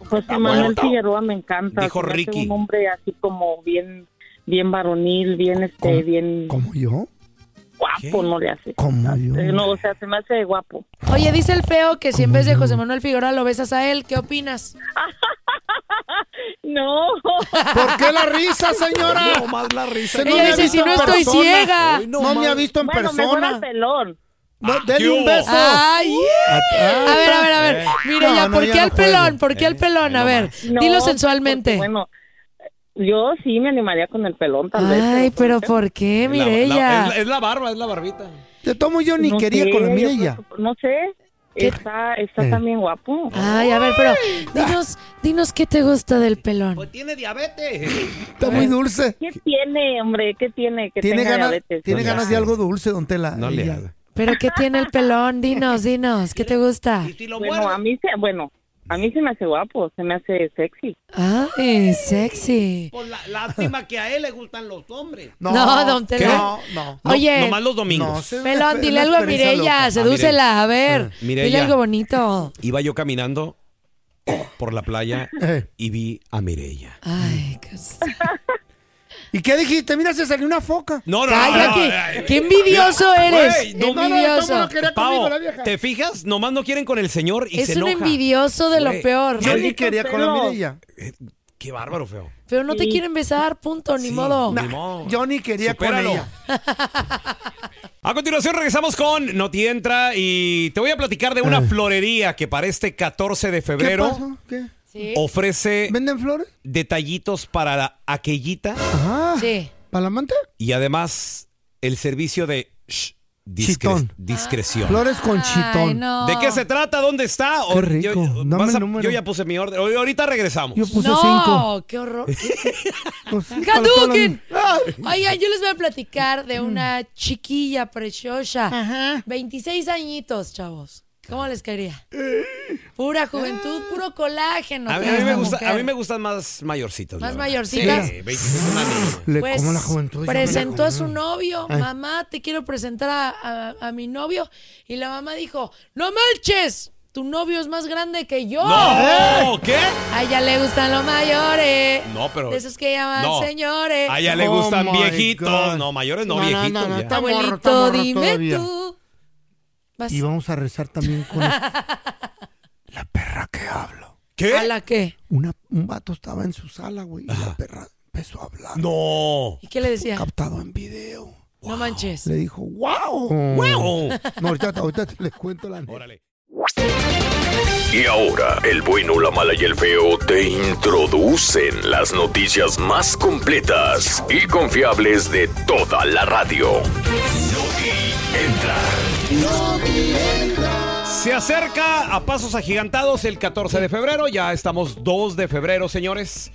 [SPEAKER 14] José pues, Manuel Figueroa me encanta.
[SPEAKER 3] Dijo
[SPEAKER 14] Se me hace
[SPEAKER 3] Ricky.
[SPEAKER 14] Un hombre así como bien, bien varonil, bien este, bien
[SPEAKER 3] ¿Como yo?
[SPEAKER 14] guapo, no le hace.
[SPEAKER 3] ¿Como yo?
[SPEAKER 14] Eh, No, o sea, se me hace guapo.
[SPEAKER 4] Oye, dice el feo que si en vez de José Manuel Figueroa lo besas a él, ¿qué opinas?
[SPEAKER 14] no.
[SPEAKER 3] ¿Por qué la risa, señora?
[SPEAKER 14] No más la risa.
[SPEAKER 3] Usted
[SPEAKER 14] Ella
[SPEAKER 3] me ha
[SPEAKER 14] dice,
[SPEAKER 3] visto
[SPEAKER 14] "Si no
[SPEAKER 3] en
[SPEAKER 14] estoy
[SPEAKER 3] persona.
[SPEAKER 14] ciega". Uy, no
[SPEAKER 3] No, me
[SPEAKER 14] más.
[SPEAKER 3] ha visto en
[SPEAKER 14] Bueno, mejor
[SPEAKER 3] persona.
[SPEAKER 14] al pelón.
[SPEAKER 3] No, denle
[SPEAKER 14] ¿qué
[SPEAKER 3] un
[SPEAKER 14] hubo?
[SPEAKER 3] beso.
[SPEAKER 4] Ay,
[SPEAKER 3] Ah,
[SPEAKER 4] A ver, a ver, a ver.
[SPEAKER 3] eh.
[SPEAKER 4] Mire, ya,
[SPEAKER 14] No, no,
[SPEAKER 4] ¿por
[SPEAKER 14] ya
[SPEAKER 4] qué
[SPEAKER 14] no
[SPEAKER 4] al
[SPEAKER 14] juego.
[SPEAKER 4] pelón? ¿Por qué al pelón? A ver,
[SPEAKER 14] No,
[SPEAKER 4] dilo sensualmente.
[SPEAKER 14] porque, bueno, yo sí me animaría con el pelón, tal vez.
[SPEAKER 4] Ay, pero ¿por qué,
[SPEAKER 6] La- es, la,
[SPEAKER 4] Mirella?
[SPEAKER 6] es la barba, es la barbita.
[SPEAKER 3] Te tomo yo ni
[SPEAKER 14] No
[SPEAKER 3] quería
[SPEAKER 14] sé,
[SPEAKER 3] con la
[SPEAKER 14] yo
[SPEAKER 3] Mirella.
[SPEAKER 14] creo que- No sé. Está, está
[SPEAKER 3] Eh.
[SPEAKER 14] también guapo.
[SPEAKER 4] Ay, a ver, pero dinos, dinos qué te gusta del
[SPEAKER 7] Pues
[SPEAKER 4] pelón.
[SPEAKER 14] Tiene diabetes.
[SPEAKER 3] Está muy dulce.
[SPEAKER 14] ¿Qué tiene, hombre? ¿Qué tiene? Que
[SPEAKER 3] Tiene
[SPEAKER 14] tenga
[SPEAKER 3] ganas,
[SPEAKER 14] diabetes.
[SPEAKER 3] tiene
[SPEAKER 14] No,
[SPEAKER 3] ganas
[SPEAKER 14] ya.
[SPEAKER 3] de algo dulce, don Tela. No le
[SPEAKER 4] ¿Pero qué tiene el pelón? Dinos, dinos, ¿qué te gusta?
[SPEAKER 14] Bueno, a mí se, bueno, a mí se me hace guapo, se me hace sexy.
[SPEAKER 4] Ay, sexy.
[SPEAKER 7] Por pues, la- lástima que a él le gustan los hombres.
[SPEAKER 4] No, No, don Tela. ¿Qué?
[SPEAKER 3] No, no.
[SPEAKER 4] Oye.
[SPEAKER 6] No, nomás los domingos.
[SPEAKER 4] No, se- Pelón, dile algo a
[SPEAKER 3] Ah,
[SPEAKER 4] Mirella, sedúcela, a ver.
[SPEAKER 6] Mirella.
[SPEAKER 4] Dile algo bonito.
[SPEAKER 6] Iba yo caminando por la playa
[SPEAKER 7] Eh.
[SPEAKER 6] y vi a Mireya.
[SPEAKER 4] Ah, Ay, qué...
[SPEAKER 3] ¿Y qué dijiste? Mira, se salió una foca.
[SPEAKER 6] No, no,
[SPEAKER 4] Cállate.
[SPEAKER 6] no, no, no.
[SPEAKER 4] Qué envidioso eres.
[SPEAKER 6] Güey, no, no, no,
[SPEAKER 4] envidioso.
[SPEAKER 6] todo lo quería conmigo, la vieja. ¿Te fijas? Nomás no quieren con el señor y
[SPEAKER 4] es
[SPEAKER 6] se
[SPEAKER 4] un
[SPEAKER 6] enoja.
[SPEAKER 4] envidioso de lo
[SPEAKER 6] Güey,
[SPEAKER 4] peor.
[SPEAKER 6] Yo ni quería con la
[SPEAKER 3] Mirella.
[SPEAKER 6] Qué bárbaro, feo.
[SPEAKER 4] Pero no te quieren besar, punto, ni modo.
[SPEAKER 6] ni modo.
[SPEAKER 3] Yo ni quería
[SPEAKER 6] Supéralo.
[SPEAKER 3] con ella.
[SPEAKER 6] A continuación regresamos con No te entra y te voy a platicar de una florería que para este 14 de
[SPEAKER 3] ¿Qué
[SPEAKER 6] febrero
[SPEAKER 3] pasó? ¿Qué?
[SPEAKER 6] ofrece
[SPEAKER 3] ¿Venden flores?
[SPEAKER 6] detallitos para la aquellita
[SPEAKER 3] Ajá.
[SPEAKER 4] Sí.
[SPEAKER 3] ¿Palamante?
[SPEAKER 6] y además el servicio de shh, discre-
[SPEAKER 3] Chitón. Ah.
[SPEAKER 6] discreción.
[SPEAKER 3] Flores con chitón.
[SPEAKER 6] ¿De qué se trata? ¿Dónde está? O-
[SPEAKER 3] Qué rico.
[SPEAKER 6] Yo,
[SPEAKER 3] Dame
[SPEAKER 6] vas
[SPEAKER 3] el
[SPEAKER 6] a-
[SPEAKER 3] número.
[SPEAKER 6] yo ya puse mi orden. O- Ahorita regresamos.
[SPEAKER 3] Yo puse
[SPEAKER 4] no,
[SPEAKER 3] cinco. Pues,
[SPEAKER 4] qué horror.
[SPEAKER 3] para todos
[SPEAKER 4] ¡Caduquen! Oigan, yo les voy a
[SPEAKER 3] Mm.
[SPEAKER 4] platicar de una chiquilla preciosa. 26 añitos, chavos. ¿Cómo les caería? Pura juventud, puro colágeno.
[SPEAKER 6] A mí, a
[SPEAKER 4] tiene
[SPEAKER 6] mí me
[SPEAKER 4] esta
[SPEAKER 6] gusta, a
[SPEAKER 4] mujer.
[SPEAKER 6] mí me gustan más mayorcitas.
[SPEAKER 4] ¿Más
[SPEAKER 6] la verdad.
[SPEAKER 4] mayorcitas?
[SPEAKER 6] Sí, 25 años.
[SPEAKER 3] Le
[SPEAKER 4] Pues,
[SPEAKER 3] como la juventud. yo me la
[SPEAKER 4] Presentó a su
[SPEAKER 3] como.
[SPEAKER 4] novio,
[SPEAKER 3] Ay.
[SPEAKER 4] mamá, te quiero presentar a, a- a mi novio. Y la mamá dijo, no manches, tu novio es más grande que yo.
[SPEAKER 6] ¡No!
[SPEAKER 4] ¿Eh?
[SPEAKER 6] ¿Qué?
[SPEAKER 4] A ella le gustan los mayores.
[SPEAKER 6] No, pero-
[SPEAKER 4] De esos que llaman
[SPEAKER 6] no.
[SPEAKER 4] señores.
[SPEAKER 6] A ella le gustan viejitos. No, mayores no,
[SPEAKER 3] No, no,
[SPEAKER 6] viejitos.
[SPEAKER 3] no, no,
[SPEAKER 6] ya.
[SPEAKER 3] está
[SPEAKER 4] Abuelito,
[SPEAKER 3] Está morro, está morro
[SPEAKER 4] dime
[SPEAKER 3] todavía.
[SPEAKER 4] tú. Vas-
[SPEAKER 3] Y vamos a rezar también con
[SPEAKER 6] ¿Qué?
[SPEAKER 4] ¿A la qué?
[SPEAKER 3] una, un vato estaba en su sala, güey, y la perra empezó a hablar.
[SPEAKER 6] No.
[SPEAKER 4] ¿Y qué le decía?
[SPEAKER 3] Captado en video.
[SPEAKER 4] No manches.
[SPEAKER 3] Le dijo, wow.
[SPEAKER 6] ¡Guau!
[SPEAKER 3] No, ahorita, ahorita les cuento la
[SPEAKER 6] Oh. Órale.
[SPEAKER 5] Y ahora, el bueno, la mala y el feo te introducen las noticias más completas y confiables de toda la radio.
[SPEAKER 6] Se acerca a pasos agigantados el 14 de febrero. Ya estamos 2 de febrero, señores.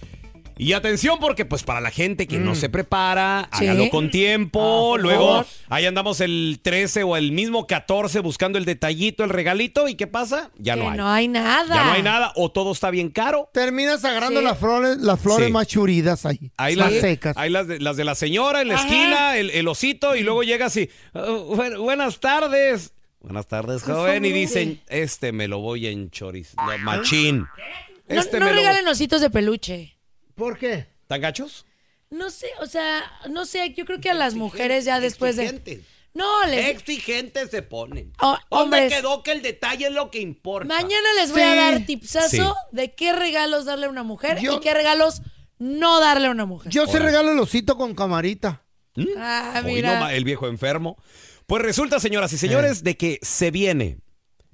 [SPEAKER 6] Y atención porque pues para la gente que no se prepara,
[SPEAKER 15] Sí.
[SPEAKER 6] hágalo con tiempo.
[SPEAKER 15] Ah, por
[SPEAKER 6] Luego
[SPEAKER 15] favor.
[SPEAKER 6] ahí andamos el 13 o el mismo 14 buscando el detallito, el regalito. ¿Y qué pasa? Ya no
[SPEAKER 4] Que
[SPEAKER 6] hay.
[SPEAKER 4] no hay nada.
[SPEAKER 6] Ya no hay nada o todo está bien caro.
[SPEAKER 3] Terminas agarrando
[SPEAKER 4] Sí.
[SPEAKER 3] las flores, las flores
[SPEAKER 6] Sí.
[SPEAKER 3] más churidas ahí.
[SPEAKER 6] Ahí
[SPEAKER 3] más
[SPEAKER 6] las,
[SPEAKER 3] secas.
[SPEAKER 6] ahí las de, las de la señora en la
[SPEAKER 3] Ajá.
[SPEAKER 6] esquina, el, el osito, y luego llega así. "Oh, bu- buenas tardes. Buenas tardes,
[SPEAKER 4] Por
[SPEAKER 6] joven. Y
[SPEAKER 4] favor,
[SPEAKER 6] dicen,
[SPEAKER 4] eh.
[SPEAKER 6] este me lo voy a enchoriz. no, machín.
[SPEAKER 4] No,
[SPEAKER 6] Este
[SPEAKER 4] no
[SPEAKER 6] me lo-
[SPEAKER 4] regalen ositos de peluche.
[SPEAKER 3] ¿Por qué?
[SPEAKER 6] ¿Tan gachos?
[SPEAKER 4] No sé, o sea, no sé, yo creo que a las mujeres ya después de... No, les...
[SPEAKER 6] Exigentes se ponen.
[SPEAKER 4] Oh, hombres.
[SPEAKER 6] quedó que el detalle es lo que importa?
[SPEAKER 4] Mañana les voy a
[SPEAKER 6] Sí.
[SPEAKER 4] dar tipsazo
[SPEAKER 6] Sí.
[SPEAKER 4] de qué regalos darle a una mujer
[SPEAKER 3] Yo-
[SPEAKER 4] y qué regalos no darle a una mujer.
[SPEAKER 3] Yo se regalo el osito con camarita.
[SPEAKER 4] Ah,
[SPEAKER 6] Hoy
[SPEAKER 4] mira.
[SPEAKER 6] no ma- el viejo enfermo. Pues resulta, señoras y señores,
[SPEAKER 3] Eh.
[SPEAKER 6] de que se viene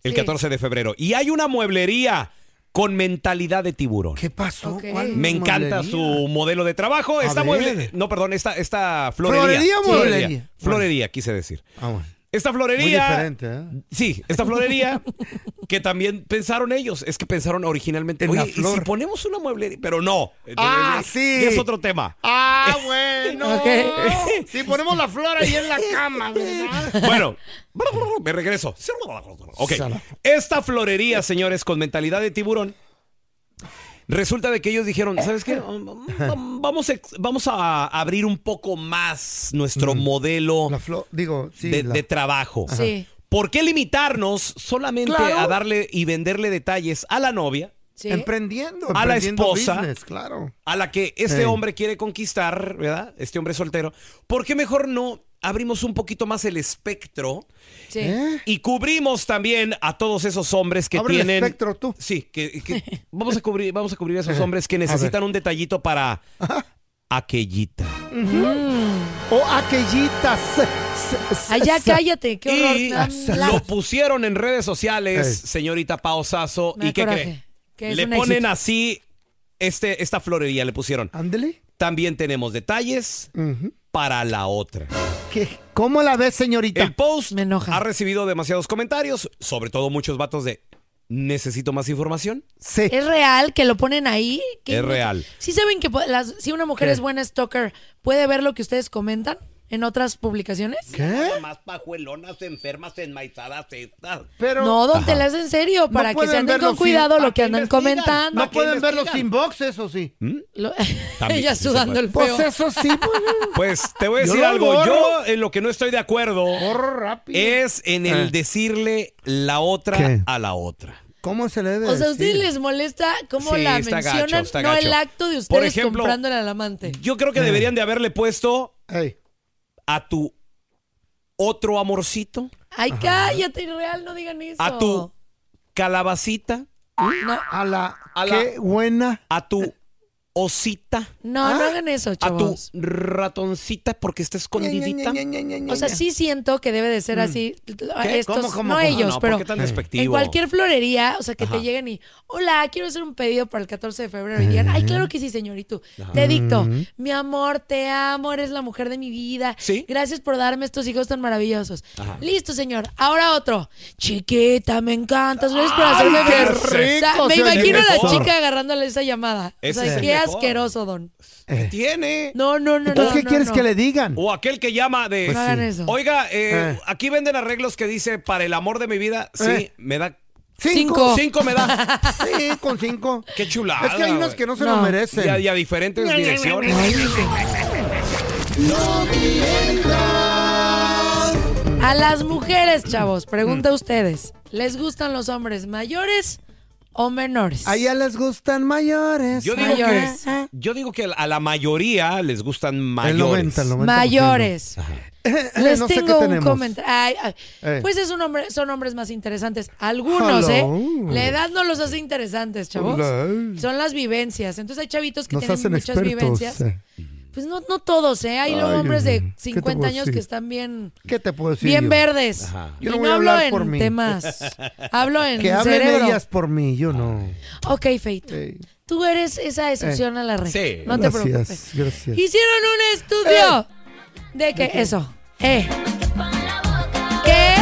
[SPEAKER 6] el
[SPEAKER 4] Sí.
[SPEAKER 6] 14 de febrero y hay una mueblería con mentalidad de tiburón.
[SPEAKER 3] ¿Qué pasó?
[SPEAKER 4] Ok.
[SPEAKER 3] ¿Cuál
[SPEAKER 6] Me encanta
[SPEAKER 3] mueblería?
[SPEAKER 6] su modelo de trabajo.
[SPEAKER 3] A
[SPEAKER 6] Esta
[SPEAKER 3] ver.
[SPEAKER 6] mueble, no, perdón, esta, esta florería.
[SPEAKER 3] ¿Florería o
[SPEAKER 6] Sí.
[SPEAKER 3] mueblería?
[SPEAKER 6] Florería, Florería, quise decir.
[SPEAKER 3] Ah, bueno.
[SPEAKER 6] Esta
[SPEAKER 3] Muy
[SPEAKER 6] florería.
[SPEAKER 3] diferente, ¿eh?
[SPEAKER 6] Sí, esta florería que también pensaron ellos. Es que pensaron originalmente.
[SPEAKER 3] En la
[SPEAKER 6] Oye, ¿y si
[SPEAKER 3] flor.
[SPEAKER 6] ponemos una mueblería? Pero no.
[SPEAKER 3] Ah,
[SPEAKER 6] Es-
[SPEAKER 3] sí.
[SPEAKER 6] Es otro tema.
[SPEAKER 3] Ah, bueno.
[SPEAKER 6] Ok.
[SPEAKER 3] Si ponemos la flor ahí en la cama, ¿verdad?
[SPEAKER 6] Bueno, me regreso. Ok. Esta florería, señores, con mentalidad de tiburón. Resulta de que ellos dijeron, ¿sabes qué? Vamos, a ex- vamos a abrir un poco más nuestro modelo
[SPEAKER 3] Flor, digo, Mm. sí.
[SPEAKER 6] de,
[SPEAKER 3] la-
[SPEAKER 6] de trabajo.
[SPEAKER 3] Ajá. Sí.
[SPEAKER 6] ¿Por qué limitarnos solamente
[SPEAKER 3] Claro.
[SPEAKER 6] a darle y venderle detalles a la novia,
[SPEAKER 4] Sí.
[SPEAKER 3] Emprendiendo,
[SPEAKER 6] A la
[SPEAKER 3] emprendiendo
[SPEAKER 6] esposa.
[SPEAKER 3] business, claro.
[SPEAKER 6] a la que este
[SPEAKER 3] Ey.
[SPEAKER 6] hombre quiere conquistar, ¿verdad? Este hombre soltero. ¿Por qué mejor no abrimos un poquito más el espectro?
[SPEAKER 4] Sí.
[SPEAKER 3] ¿Eh?
[SPEAKER 6] Y cubrimos también a todos esos hombres que
[SPEAKER 3] Abre el
[SPEAKER 6] tienen.
[SPEAKER 3] espectro tú.
[SPEAKER 6] Sí, que, que- vamos a cubrir, vamos a cubrir a esos hombres que necesitan un detallito para aquellita.
[SPEAKER 3] O aquellitas.
[SPEAKER 4] Ay, ya cállate, qué horror.
[SPEAKER 6] Y
[SPEAKER 4] tan
[SPEAKER 6] lo
[SPEAKER 4] blanco.
[SPEAKER 6] pusieron en redes sociales,
[SPEAKER 3] Ey.
[SPEAKER 6] señorita Pausazo.
[SPEAKER 4] Me da
[SPEAKER 6] ¿Y qué
[SPEAKER 4] coraje,
[SPEAKER 6] cree?
[SPEAKER 4] que es
[SPEAKER 6] Le
[SPEAKER 4] un
[SPEAKER 6] ponen
[SPEAKER 4] éxito.
[SPEAKER 6] así este, esta florería, le pusieron.
[SPEAKER 3] Ándele.
[SPEAKER 6] También tenemos detalles
[SPEAKER 3] Ujú.
[SPEAKER 6] para la otra.
[SPEAKER 3] ¿Qué? ¿Cómo la ves, señorita?
[SPEAKER 6] El post
[SPEAKER 4] Me enoja.
[SPEAKER 6] ha recibido demasiados comentarios, sobre todo muchos vatos de necesito más información.
[SPEAKER 3] Sí.
[SPEAKER 4] ¿Es real que lo ponen ahí? ¿Qué
[SPEAKER 6] Es
[SPEAKER 4] inútil?
[SPEAKER 6] real.
[SPEAKER 4] ¿Sí saben que po- las- si una mujer
[SPEAKER 3] ¿Qué?
[SPEAKER 4] es buena stalker, puede ver lo que ustedes comentan en otras publicaciones?
[SPEAKER 6] ¿Eh?
[SPEAKER 3] ¿Qué?
[SPEAKER 7] Más pajuelonas enfermas enmaizadas estas.
[SPEAKER 3] Pero
[SPEAKER 4] No, don Tela, es en serio, para que
[SPEAKER 3] pueden
[SPEAKER 4] se anden
[SPEAKER 3] verlo
[SPEAKER 4] con
[SPEAKER 3] sin-
[SPEAKER 4] cuidado lo
[SPEAKER 3] ¿para
[SPEAKER 4] que
[SPEAKER 3] qué
[SPEAKER 4] andan
[SPEAKER 3] investigan?
[SPEAKER 4] comentando.
[SPEAKER 3] No pueden ver los inboxes, o sí.
[SPEAKER 4] Lo-
[SPEAKER 6] También,
[SPEAKER 4] Ella
[SPEAKER 6] sí se
[SPEAKER 4] sudando
[SPEAKER 6] puede.
[SPEAKER 4] el
[SPEAKER 3] Pues
[SPEAKER 4] feo.
[SPEAKER 3] eso sí, pues.
[SPEAKER 6] Pues te voy a
[SPEAKER 3] Yo
[SPEAKER 6] decir
[SPEAKER 3] lo
[SPEAKER 6] algo.
[SPEAKER 3] borro.
[SPEAKER 6] Yo en lo que no estoy de acuerdo
[SPEAKER 3] Corro rápido.
[SPEAKER 6] es en el
[SPEAKER 3] Eh.
[SPEAKER 6] decirle la otra
[SPEAKER 3] ¿Qué?
[SPEAKER 6] a la otra.
[SPEAKER 3] ¿Cómo se le debe
[SPEAKER 4] O sea, ¿a ustedes
[SPEAKER 3] decir?
[SPEAKER 4] les molesta cómo
[SPEAKER 6] Sí,
[SPEAKER 4] la
[SPEAKER 6] está gacho,
[SPEAKER 4] mencionan?
[SPEAKER 6] está
[SPEAKER 4] no
[SPEAKER 6] gacho.
[SPEAKER 4] el acto de
[SPEAKER 6] Por
[SPEAKER 4] ustedes
[SPEAKER 6] ejemplo,
[SPEAKER 4] comprándole al amante.
[SPEAKER 6] Yo creo
[SPEAKER 3] Ah.
[SPEAKER 6] que deberían de haberle puesto
[SPEAKER 3] Ey,
[SPEAKER 6] a tu otro amorcito,
[SPEAKER 4] Ay, cállate, irreal, no digan eso.
[SPEAKER 6] a tu calabacita,
[SPEAKER 4] No,
[SPEAKER 3] a la,
[SPEAKER 6] A la-
[SPEAKER 3] qué buena.
[SPEAKER 6] a tu osita,
[SPEAKER 4] no, no hagan eso,
[SPEAKER 6] ¿Ah? a tu
[SPEAKER 4] chavos.
[SPEAKER 6] ratoncita porque está escondidita.
[SPEAKER 4] O sea, sí siento que debe de
[SPEAKER 3] Mm.
[SPEAKER 4] ser así.
[SPEAKER 6] ¿Qué?
[SPEAKER 4] Estos,
[SPEAKER 6] ¿Cómo, cómo,
[SPEAKER 4] no
[SPEAKER 6] cómo?
[SPEAKER 4] ellos,
[SPEAKER 6] Ah, No, ¿por
[SPEAKER 4] pero
[SPEAKER 6] qué tan
[SPEAKER 3] Eh.
[SPEAKER 4] en
[SPEAKER 6] despectivo?
[SPEAKER 4] cualquier florería, o sea, que
[SPEAKER 6] Ajá.
[SPEAKER 4] te lleguen y, hola, quiero hacer un pedido para el 14 de febrero. Y digan, ay, claro que sí, señorito. Te dicto, mi amor, te amo, eres la mujer de mi vida.
[SPEAKER 6] Sí.
[SPEAKER 4] Gracias por darme estos hijos tan maravillosos.
[SPEAKER 6] Ajá.
[SPEAKER 4] Listo, señor. Ahora otro. Chiquita, me encantas, gracias por hacerme
[SPEAKER 6] qué
[SPEAKER 4] ver. O sea,
[SPEAKER 3] rico
[SPEAKER 4] me
[SPEAKER 3] se oye
[SPEAKER 4] imagino a la
[SPEAKER 3] mejor.
[SPEAKER 4] chica agarrándole esa llamada.
[SPEAKER 6] Ese
[SPEAKER 4] o sea,
[SPEAKER 6] es el
[SPEAKER 4] ¿qué
[SPEAKER 6] mejor.
[SPEAKER 4] asqueroso, don.
[SPEAKER 6] ¿Qué
[SPEAKER 3] Eh.
[SPEAKER 6] tiene?
[SPEAKER 4] No, no, no,
[SPEAKER 3] Entonces,
[SPEAKER 4] no,
[SPEAKER 3] ¿qué
[SPEAKER 4] no,
[SPEAKER 3] quieres
[SPEAKER 4] no.
[SPEAKER 3] que le digan?
[SPEAKER 6] O aquel que llama de.
[SPEAKER 3] Pues No hagan sí. eso.
[SPEAKER 6] Oiga, eh,
[SPEAKER 3] Eh.
[SPEAKER 6] aquí venden arreglos que dice para el amor de mi vida. Sí,
[SPEAKER 3] Eh.
[SPEAKER 6] me da.
[SPEAKER 3] Cinco.
[SPEAKER 6] Cinco me da.
[SPEAKER 3] Sí, con cinco.
[SPEAKER 6] Qué chulada.
[SPEAKER 3] Es que hay unos
[SPEAKER 6] güey.
[SPEAKER 3] que no se lo No. merecen.
[SPEAKER 6] Y a, y a diferentes direcciones.
[SPEAKER 4] A las mujeres, chavos,
[SPEAKER 3] Mm.
[SPEAKER 4] pregunta a ustedes. ¿Les gustan los hombres mayores o menores?
[SPEAKER 3] A ella les gustan mayores.
[SPEAKER 6] Yo digo, que,
[SPEAKER 4] mayores.
[SPEAKER 6] yo digo que a la mayoría les gustan mayores.
[SPEAKER 3] 90, el 90%.
[SPEAKER 4] Mayores. Les
[SPEAKER 3] Eh, No sé qué
[SPEAKER 4] tengo un
[SPEAKER 3] tenemos.
[SPEAKER 4] comentario. Ay, ay.
[SPEAKER 3] Eh.
[SPEAKER 4] Pues es un hombre, son hombres más interesantes. Algunos,
[SPEAKER 3] Hello.
[SPEAKER 4] ¿eh? La edad no los hace interesantes, chavos.
[SPEAKER 3] Hello.
[SPEAKER 4] Son las vivencias. Entonces hay chavitos que
[SPEAKER 3] Nos
[SPEAKER 4] tienen
[SPEAKER 3] hacen
[SPEAKER 4] muchas
[SPEAKER 3] expertos. eh.
[SPEAKER 4] vivencias. Pues no, no todos, ¿eh? Hay luego
[SPEAKER 3] Ay,
[SPEAKER 4] hombres
[SPEAKER 3] ¿qué
[SPEAKER 4] de
[SPEAKER 3] te
[SPEAKER 4] 50
[SPEAKER 3] puedo
[SPEAKER 4] años
[SPEAKER 3] decir?
[SPEAKER 4] que están bien,
[SPEAKER 3] ¿Qué te puedo decir?
[SPEAKER 4] bien
[SPEAKER 3] yo?
[SPEAKER 4] verdes. y
[SPEAKER 3] Yo no
[SPEAKER 4] no,
[SPEAKER 3] voy a
[SPEAKER 4] hablo
[SPEAKER 3] hablar
[SPEAKER 4] en
[SPEAKER 3] por mí.
[SPEAKER 4] temas. Hablo en
[SPEAKER 3] Que hablen
[SPEAKER 4] cerebro.
[SPEAKER 3] ellas por mí, yo no.
[SPEAKER 4] Ok, Feito. Tú eres esa excepción a la regla.
[SPEAKER 3] Sí.
[SPEAKER 4] No te
[SPEAKER 3] Gracias,
[SPEAKER 4] preocupes.
[SPEAKER 3] gracias.
[SPEAKER 4] Hicieron un estudio de que eso. Eh. Que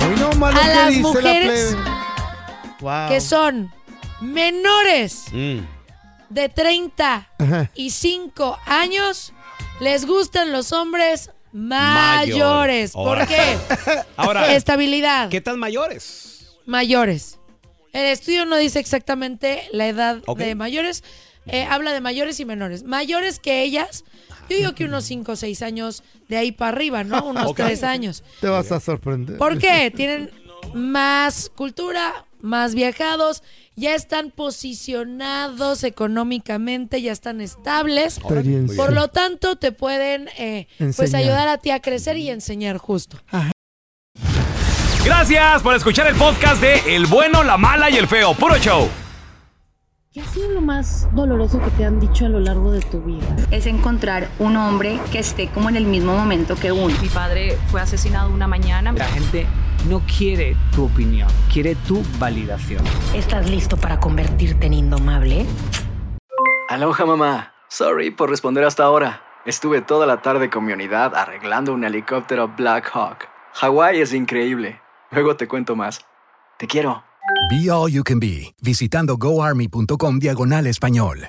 [SPEAKER 3] Hoy no malo
[SPEAKER 4] a
[SPEAKER 3] que
[SPEAKER 4] las
[SPEAKER 3] dice la
[SPEAKER 4] mujeres
[SPEAKER 3] plebe. Wow.
[SPEAKER 4] que son menores
[SPEAKER 6] Mm.
[SPEAKER 4] de 30
[SPEAKER 3] Ajá.
[SPEAKER 4] y 5 años les gustan los hombres mayores. ¿Por
[SPEAKER 6] Ahora.
[SPEAKER 4] qué?
[SPEAKER 6] Ahora.
[SPEAKER 4] Estabilidad.
[SPEAKER 6] ¿Qué tan mayores?
[SPEAKER 4] Mayores. El estudio no dice exactamente la edad
[SPEAKER 6] Ok.
[SPEAKER 4] de mayores. eh, habla de mayores y menores. Mayores que ellas, yo digo que unos 5 o 6 años de ahí para arriba, ¿no? Unos
[SPEAKER 3] Ok.
[SPEAKER 4] 3 años.
[SPEAKER 3] Te vas a sorprender.
[SPEAKER 4] ¿Por qué? Tienen más cultura, más viajados, ya están posicionados económicamente, ya están estables.
[SPEAKER 3] Experiencia.
[SPEAKER 4] Por lo tanto, te pueden eh, pues
[SPEAKER 2] Enseñar.
[SPEAKER 4] ayudar a ti a crecer y enseñar justo.
[SPEAKER 2] Gracias por escuchar el podcast de El bueno, la mala y el feo. Puro show.
[SPEAKER 16] ¿Qué ha sido lo más doloroso que te han dicho a lo largo de tu vida?
[SPEAKER 17] es encontrar un hombre que esté como en el mismo momento que uno. Mi padre fue asesinado una mañana.
[SPEAKER 18] La gente no quiere tu opinión, quiere tu validación.
[SPEAKER 19] ¿Estás listo para convertirte en indomable?
[SPEAKER 12] Aloha mamá. Sorry por responder hasta ahora. Estuve toda la tarde con mi unidad arreglando un helicóptero Black Hawk. Hawái es increíble. Luego te cuento más. Te quiero.
[SPEAKER 20] Be All You Can Be, visitando goarmy.com diagonal español.